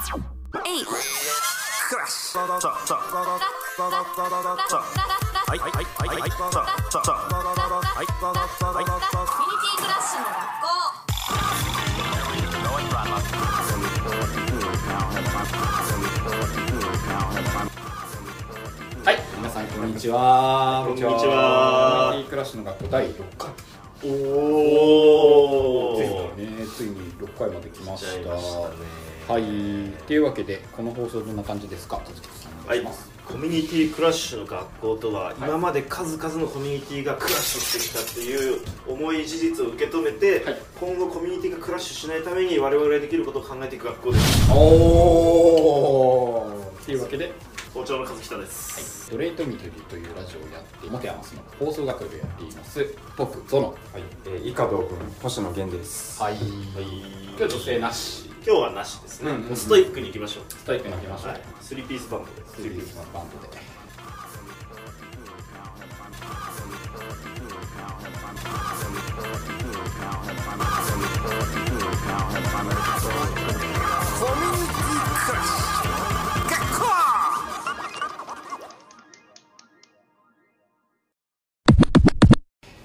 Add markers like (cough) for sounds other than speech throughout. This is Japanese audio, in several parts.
eight, クラッシュさあさあはいはいはいはいはいさあさあさあはいはいミはいニティクラッシュの学校はい、皆さんこんにちは。こんにちはこんにちは。クラッシュの学校第6回。おおですからね、ついに6回まで来まし来た。ましたねはい、というわけでこの放送どんな感じですか。鈴木さんおは願いいします。、コミュニティクラッシュの学校とは、今まで数々のコミュニティがクラッシュしてきたっていう重い事実を受け止めて、はい今後コミュニティがクラッシュしないために我々ができることを考えていく学校ですおー。というわけで。校長の和北です、ドレートミトリーというラジオをやって、モテアマスの放送学部をやっています。僕、ゾノ。はい、えー、イカド君、星野源です。はい。今今日女性なし。今日はなしですね、うんうんうんストイックに行きましょスタイクに行きましう、た。はい、スリーピースバンドですスリーピースのバンドで。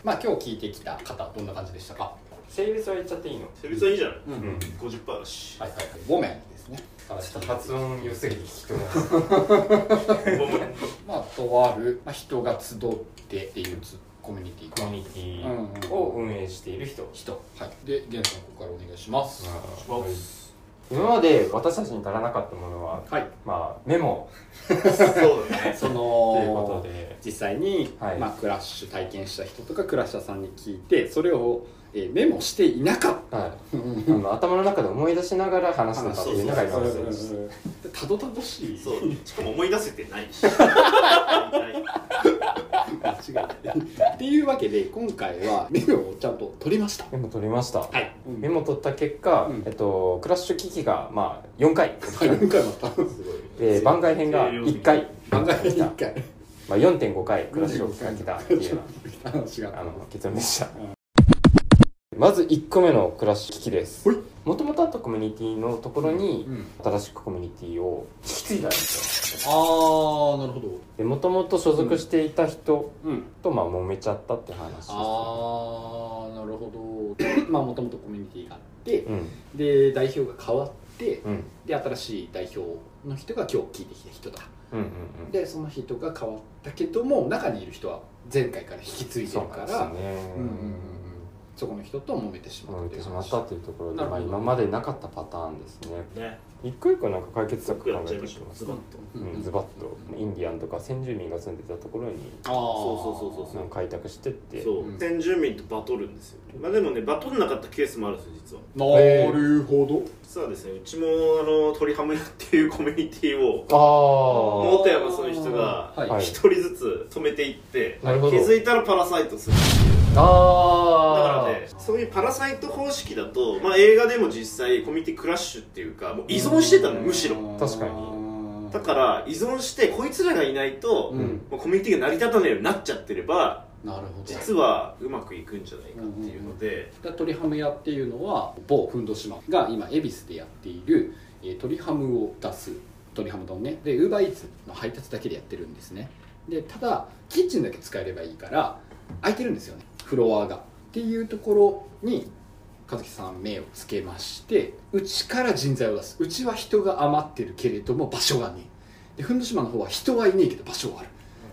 まあ今日聞いてきた方どんな感じでしたか。は性別は言っちゃっていいの？セリツはいいじゃない、うんうん。 50%だしいはいはい。ウォメンですね。ちょっと発音良すぎて聞き取れない。ごめんまあとあるまあ人が集ってっていうつコミュニティコミュニティを運営している人。人はい。で源さんここからお願いします。まあ今まで私たちに足らなかったものは、はい。まあメモそうだねそとのいうことで、実際に、はいまあ、クラッシュ体験した人とかクラッシャーさんに聞いてそれを、えーメモしていなかっはい。た、あうんの頭の中で思い出しながら話してたっていうのが今まででした。たどたどしいそうしかも思い出せてない (laughs) しはい間違いないっていうわけで今回はメモをちゃんと取りましたメモ取りました。はい、うん、メモ取った結果、うんえっとクラッシュ機器がまあ4回、はい今回またすごい (laughs) えー番外編が1回、番外編1回まあ4.5回クラッシュをかけたっていうよう (laughs) 話がなああっの結論でした。まず1個目のクラッシュ機器ですほいもともとあったコミュニティのところにた、うん、新しくコミュニティを引き継いだんですよあーなるほどでもともと所属していた人うんとまあ揉めちゃったって話です、あーなるほど (coughs) まあもともとコミュニティがあって、うんで代表が変わってうんで新しい代表の人が今日聞いてきた人だうんうんうんでその人が変わったけども中にいる人は前回から引き継いでそるうかなんでらすそ,、ねうんうんこの人と揉めてしま揉うめといてうしまった話っていうところで、なるまほあ、ど今までなかったパターンですねね一個一個なんか解決策考やっえちゃいてまいしきょうますズバッとうんうんズバッとインディアンとか先住民が住んでたところにああそうそうそうそうなんか開拓してってそう、うん先住民とバトるんですよまあでもねバトんなかったケースもあるんですよ実はなるほど、実はですねうちもあの鳥ハム屋っていうコミュニティをああ元山その人がはいはい一人ずつ止めていって、なるほど気づいたらパラサイトするだあからあねそういうパラサイト方式だと、まあ、映画でも実際コミュニティクラッシュっていうかもう依存してたのむしろ確かにだから依存してこいつらがいないと、うもんうコミュニティが成り立たないようになっちゃってればなるほど実はうまくいくんじゃないかっていうので、だ鳥ハム屋っていうのは某ふんどしまが今恵比寿でやっている、えー、鳥ハムを出す鳥ハム丼ねでウーバーイーツの配達だけでやってるんですねでただキッチンだけ使えればいいから空いてるんですよねフロアがっていうところに和樹さん目をつけましてうちから人材を出すうちは人が余ってるけれども場所がねえでふんどしまの方は人はいねえけど場所はある、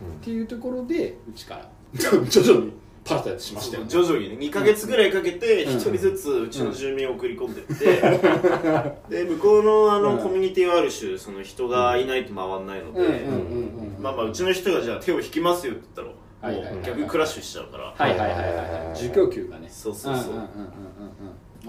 うんっていうところでうちから徐々にパラサイトしましたよね徐々にね2か月ぐらいかけてうん1人ずつうちの住民を送り込んでって、で向こうのあの、うんコミュニティはある種その人がいないと回んないので、うんうんうんうんまあまあうちの人がじゃあ手を引きますよって言ったら、はいはいはいもう逆クラッシュしちゃうから、はいはいはいはい、はい、受教給がねそうそうそう、んんんうんうん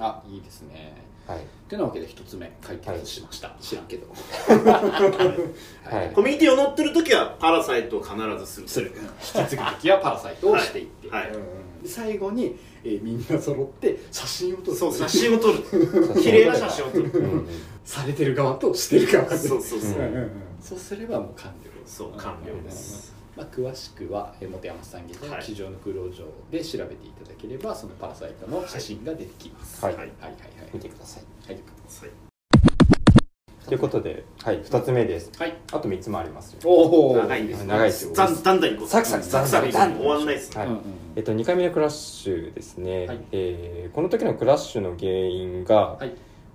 あいいですねはいてなわけで一つ目解決しました、知らん (laughs) けどはいコミュニティを乗ってる時はパラサイトを必ずするする引き継ぐ時はパラサイトをしていって、はいはいうんうん最後に、えーみんな揃って写真を撮るそう写真を撮る綺麗な写真を撮うるん (laughs) されてる側としてる側でそうそうそう、うんうんうんそうすればもう完了ですそう完了です、まあ、詳しくはえー本山さん現在のはい地上の空洞城で調べていただければ、そのパラサイトの写真が出てきます、はいはいはいはい見てくださいはいはいとということで、はい、2つ目です。はいあと3つもありますよ。おお長いです長いですよだんだんだんいこうサクサクサクサクサクサク終わんないですはいうんうんえっと、2回目のクラッシュですね、はいえーこの時のクラッシュの原因が、はい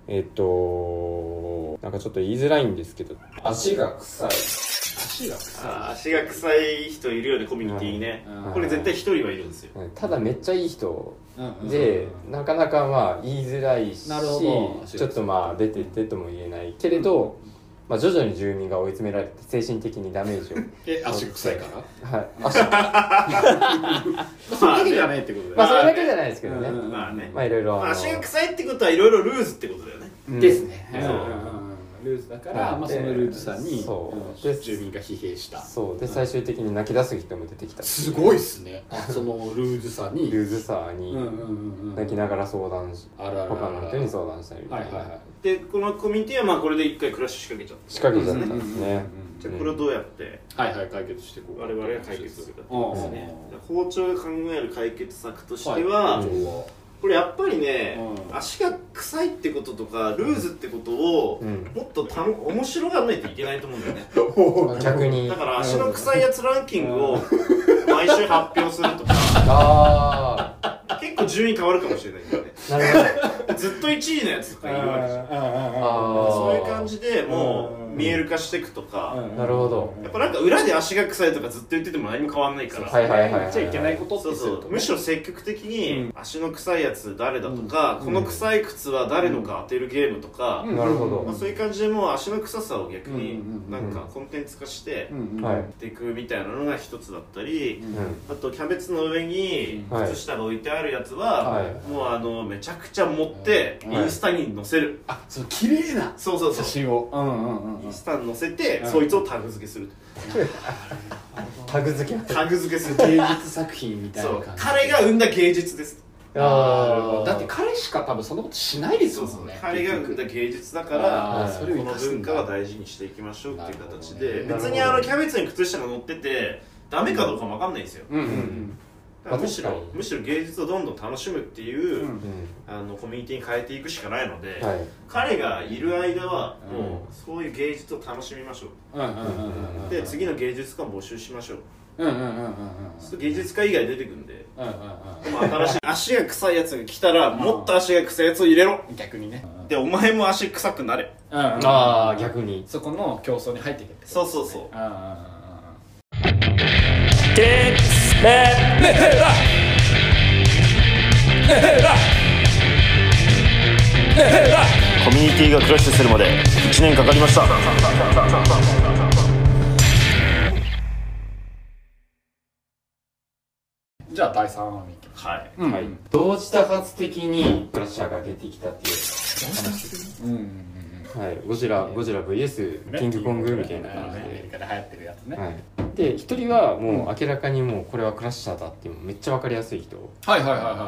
えっとなんかちょっと言いづらいんですけど足が臭い足が臭あー足が臭い人いるよねコミュニティにねうんこれ絶対一人はいるんですようんただめっちゃいい人いうんうんうんで、なかなかまあ言いづらいしなるほどちょっとまあ出てってとも言えないけれど、まあ、徐々に住民が追い詰められて精神的にダメージを、 (laughs) え足が臭いからはい、足それだけじゃないってことだよまあそれだけじゃないですけどね、うんうんまあねまあいろいろあの足が臭いってことはいろいろルーズってことだよねうんですね、うんうんうんうんルーズだから、はいまあ、でそのルーズさんに、そうんで住民が疲弊したそうで最終的に泣き出す人も出てきたすごいっすねそのルーズさにルーズさにうんうんうんうん泣きながら相談しあらあらあら他の人に相談したりみたはいいな、はいはいでこのコミュニティはまあこれで一回クラッシュ仕掛けちゃった仕掛けちゃったんですね、じゃあこれをどうやってはいはい解決していこう我々が解決するかってうんこうんとうんですね包丁が考える解決策としていは情報これやっぱりねうん足が臭いってこととかルーズってことをうんもっとたの面白がらないといけないと思うんだよね逆にだから足の臭いやつランキングを毎週発表するとかああ結構順位変わるかもしれないけどねなるほどずっと1位のやつとか言われちゃうあーそういう感じでもうんう見える化していくとかなるほどやっぱなんか裏で足が臭いとかずっと言ってても何も変わんないからはいはいはいはい言っちゃいけないことってそうそうむしろ積極的に足の臭いやつ誰だとかんこの臭い靴は誰のか当てるゲームとかうんなるほどまあそういう感じでもう足の臭さを逆うんになんかコンテンツ化してうんうんはいやっていくみたいなのが一つだったりうんあとキャベツの上にはい靴下が置いてあるやつははいもうあのめちゃくちゃ持ってはいインスタに載せるあその綺麗なそうそうそ写う真をうんうんうんイうんンスタに載せて、うんそいつをタグ付けするタグ付けタグ付けする芸術作品 (laughs) みたいそなう感じ彼が生んだ芸術ですあーだってか彼しか多分そんなことしないですそうもそんうね彼が生んだ芸術だからあーこそれを生のかす文んだ化は大事にしていきましょうっていう形で、なるほどね別にあのキャベツに靴下が載っててダメかどうかも分かんないんですようんうんだからむしまあろ確かにむしろ芸術をどんどん楽しむっていう、うんうあのコミュニティに変えていくしかないので、んはい彼がいる間はうんもうそういう芸術を楽しみましょう、うんうんうんうんうんで次の芸術家を募集しましょううんうんうんうんうんうんそうすると芸術家以外出てくるんでうんうんでも新しい足が臭いやつが来たらもっと足が臭いやつを入れろうん逆にねでお前も足臭くなれうんうんああ逆にそこの競争に入っていけってそうそうそうああコミュニティがクラッシュするまで1年かかりましたじゃあ第三話いきましはいょうはい同時多発的にクラッシャーが出てきたっていううんうんうんはいゴジラゴジラ VS キングコングみたいな感じアメリでカで流行ってるやつねはいで一人はもう明らかにもうこれはクラッシャーだっていうめっちゃわかりやすい人はいはいはいはいはいはいは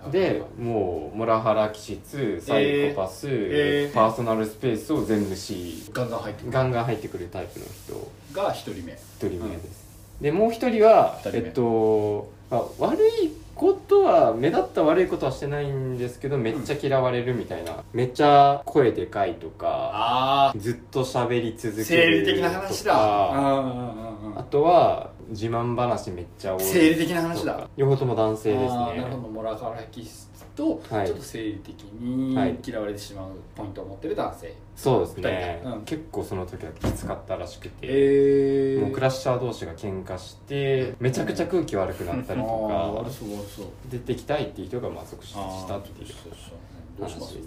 いはいはいでもうモラハラ気質サイコパス、えーパーソナルスペースを全無視ガンガン入ってくるガンガン入ってくるタイプの人が一人目一人目です、でもう一人は二人目えっと、まあ、悪いことは目立った悪いことはしてないんですけどめっちゃ嫌われるみたいな、めっちゃ声でかいとかあずっと喋り続ける生理的な話だとあかうんうんうんうあんとは自慢話めっちゃ多い生理的な話だとか両方とも男性ですねあーなるほどモラハラ気質とちょはいっと生理的にはい嫌われてしまうポイントを持ってる男性、そうですね二、人だうん結構その時はきつかったらしくて、えもうクラッシャー同士が喧嘩してめちゃくちゃ空気悪くなったりとあーか悪そう悪そう出てきたいっていう人がまあ即死ししたたっっていてうどう話しでますすね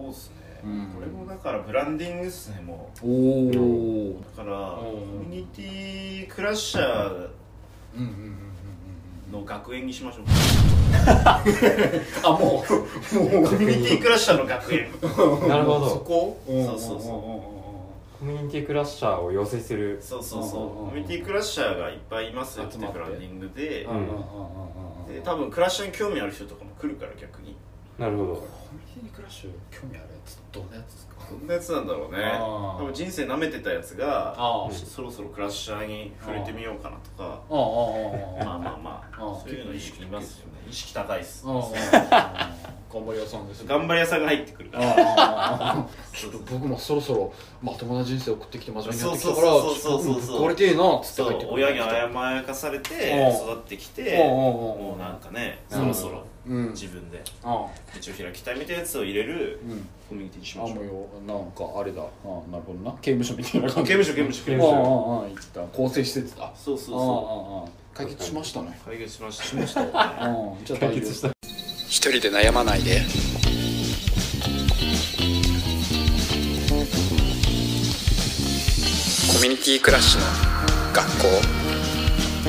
そうですねうんこれもだからブランディングっすねもおおうだからうんコミュニティクラッシャーうんうんうんうんうんの学園にしましょうあもコうミュニティクラッシャーの学園なるほそどこうんそうそうそうんコミュニティクラッシャーを養成するそうそうそううんうんうコミんュニティクラッシャーがいっぱいいますよって集まってブランディングでうんうんうんうんうんうんで多分クラッシャーに興味ある人とかも来るから逆になるほどコミュニティクラッシュ興味あるやつどんなやつですかどんなやつなんだろうねあー多分人生舐めてたやつがあーそろそろクラッシャーに触れてみようかなとかあーあーあーあーまあまあまああーそういうの意識いますよね意識高いっすあーあーあー頑張り屋さんですね頑張り屋さんが入ってくるからあーちょっと僕もそろそろまともな人生送ってきて真面目にやってきたからそうそうそうそうそうちょっと壊れてえなっつってそ入ってうくる親にあやまやかされてうん育ってきてうんうんうんもうなんかねそろそろうん自分であ道を開きたいみたいなやつを入れるうんコミュニティにしあましょうもうよなんかあれだあなるほどな刑務所みたいな刑感じ務所刑務所刑務ああ所ああああ言ってた構成施設だそうそうああそああああ解決しましたねう解決しましたしましたああじゃあ解決した一人で悩まないでコミュニティクラッシュの学校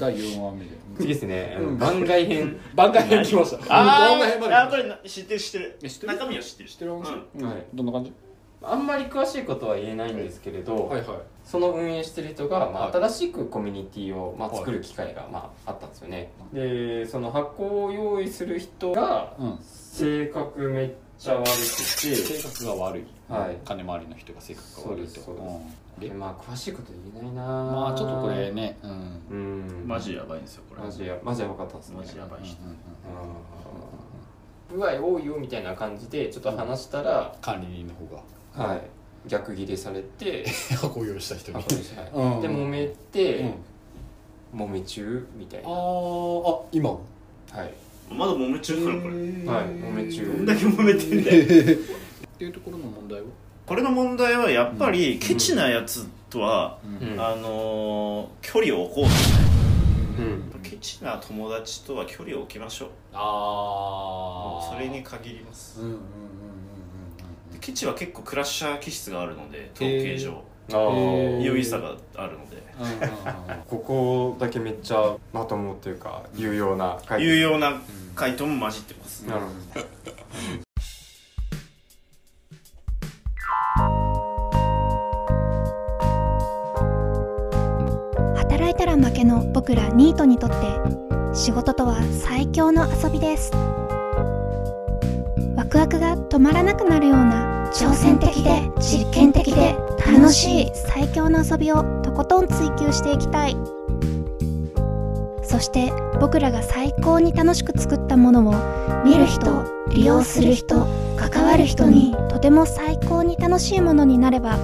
第4話目で次ですね、あのうん番外編番外編来ました番外編まで来あまこれな知ってる知ってるえ知ってる中身は知ってる知っしてる話うんうんはいどんな感じあんまり詳しいことは言えないんですけれど、はいはいその運営してる人が、まはあ、い新しくコミュニティをまはあい作る機会がまああったんですよねでその箱を用意する人がうん性格めっちゃ悪くて性格が悪いはい金回りの人が性格がそ悪いとうですそううんででまあ詳しいこと言えないなまあちょっとこれねうんうんマジやばいんですよこれマジやマジやばかったですねマジやばい人うんうんうんうんうわ多いよみたいな感じでちょっと話したら、管理人の方がはい逆ギレされて箱用意した人あにそうですはいうんで揉めうて、ん揉め中みたい (laughs) あなはーあ今もいまだ揉め中だからこれはいい揉めどん中だけ揉めてんだよっていうところの問題をこれの問題はやっぱりケチなやつとはうんあのー距離を置こうとうんケチな友達とは距離を置きましょうああそれに限りますうんうんうんうんでケチは結構クラッシャー気質があるので統計上ああへー優位さがあるのでうんうんうんうんここだけめっちゃまともというか有用な回有用な回答も混じってますなるほど働いたら負けの僕らニートにとって仕事とは最強の遊びですワクワクが止まらなくなるような挑戦的で実験的で楽しい最強の遊びをとことん追求していきたいそして僕らが最高に楽しく作ったものを見る人利用する人関わる人にとても最高に楽しいものになれば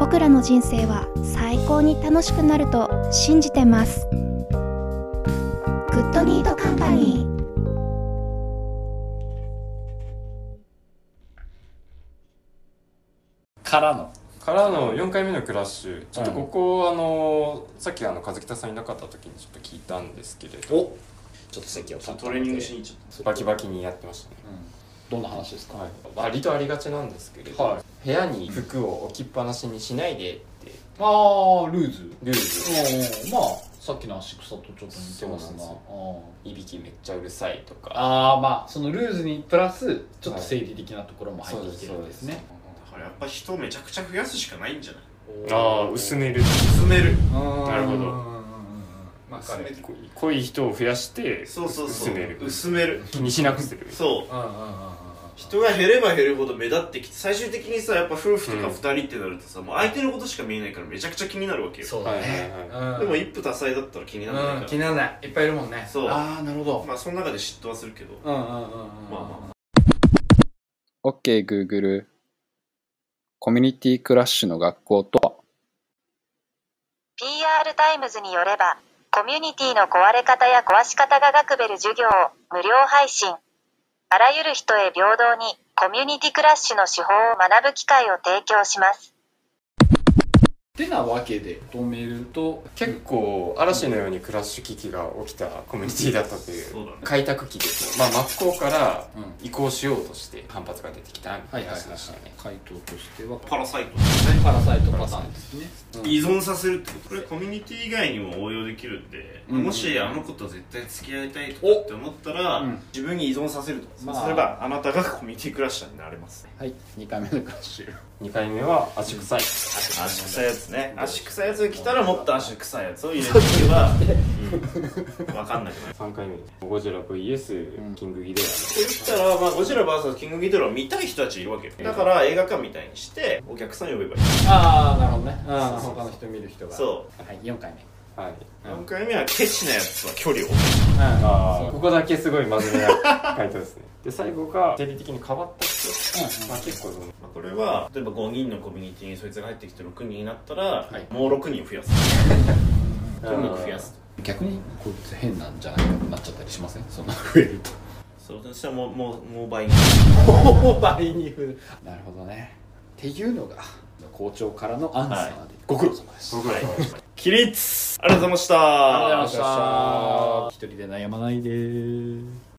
僕らの人生は最高に楽しくなると信じてますグッドニートカンパニーからのからの4回目のクラッシュちょっとここ、あのさっきあの和北さんいなかった時にちょっと聞いたんですけれどおちょっと席を立ったのトレでーニングしに行っちゃっバキバキにやってましたねうんどんな話ですかはい、割とありがちなんですけれど、は部屋に服を置きっぱなしにしないでってああルーズルールうんまあさっきの足草とちょっと似てますなそうなんですようんいびきめっちゃうるさいとかああまあそのルーズにプラスちょっと生理的なところも入ってきてるんですね、ただからやっぱ人をめちゃくちゃ増やすしかないんじゃないああ薄める進めるななるほどまあ薄め彼る濃い濃い人を増やしてそうそうそう薄める薄める気にしなくするそううんうんうんうんうん人が減れば減るほど目立ってきて最終的にさやっぱ夫婦とか二人ってなるとさ、もう相手のことしか見えないからめちゃくちゃ気になるわけよそうだね、はいはうん、でも一夫多妻だったら気にならないうんか気にならないいっぱいいるもんねそうああなるほらどまあその中で嫉妬はするけどうんうんうんうんまあまあまあ OKGoogle コミュニティクラッシュの学校とは PR タイムズによれば、コミュニティの壊れ方や壊し方が学べる授業を無料配信。あらゆる人へ平等にコミュニティクラッシュの手法を学ぶ機会を提供します。てなわけで止めるとい結構嵐のようにクラッシュ危機が起きたコミュニティだったというそうだね開拓期ですねまあ真っ向からう移行しようとして反発が出てきたみたはいいなはいはい話でしたね、回答としてはパラサイトですねパラサイトパターンですね依存させるってことこれコミュニティ以外にも応用できるんで、うんもしあの子と絶対付き合いたいとかって思ったら、おうん自分に依存させると、まあそうすればあなたがコミュニティクラッシャーになれますはい2回目のクラッシュ2回目は足臭い足臭いやつね足臭いやつが来たらもっと足臭いやつを入れておけば、うん、分かんなくなる3回目ゴジラ VS キングギドラこれったら、まあ、ゴジラ VS キングギドラを見たい人たちいるわけよだから映画館みたいにしてお客さん呼べばいいああなるほどねうん他の人見る人がそうはい4回目はい4回目はケチなやつは距離をあーここだけすごい真面目な回答ですねで最後が生理的に変わった人、まあ、結構そのまあこれは例えば5人のコミュニティにそいつが入ってきて6人になったら、いもう6人増やすとにかく増やす逆にこいつ変なんじゃないかってなっちゃったりしませんそんな増えるとそうそしたらもうもうもう倍に購買に振るなるほどねっていうのが校長からのアンサーで、はご苦労様ですぐらい起立ありがとうございましたありがとうございました一人で悩まないで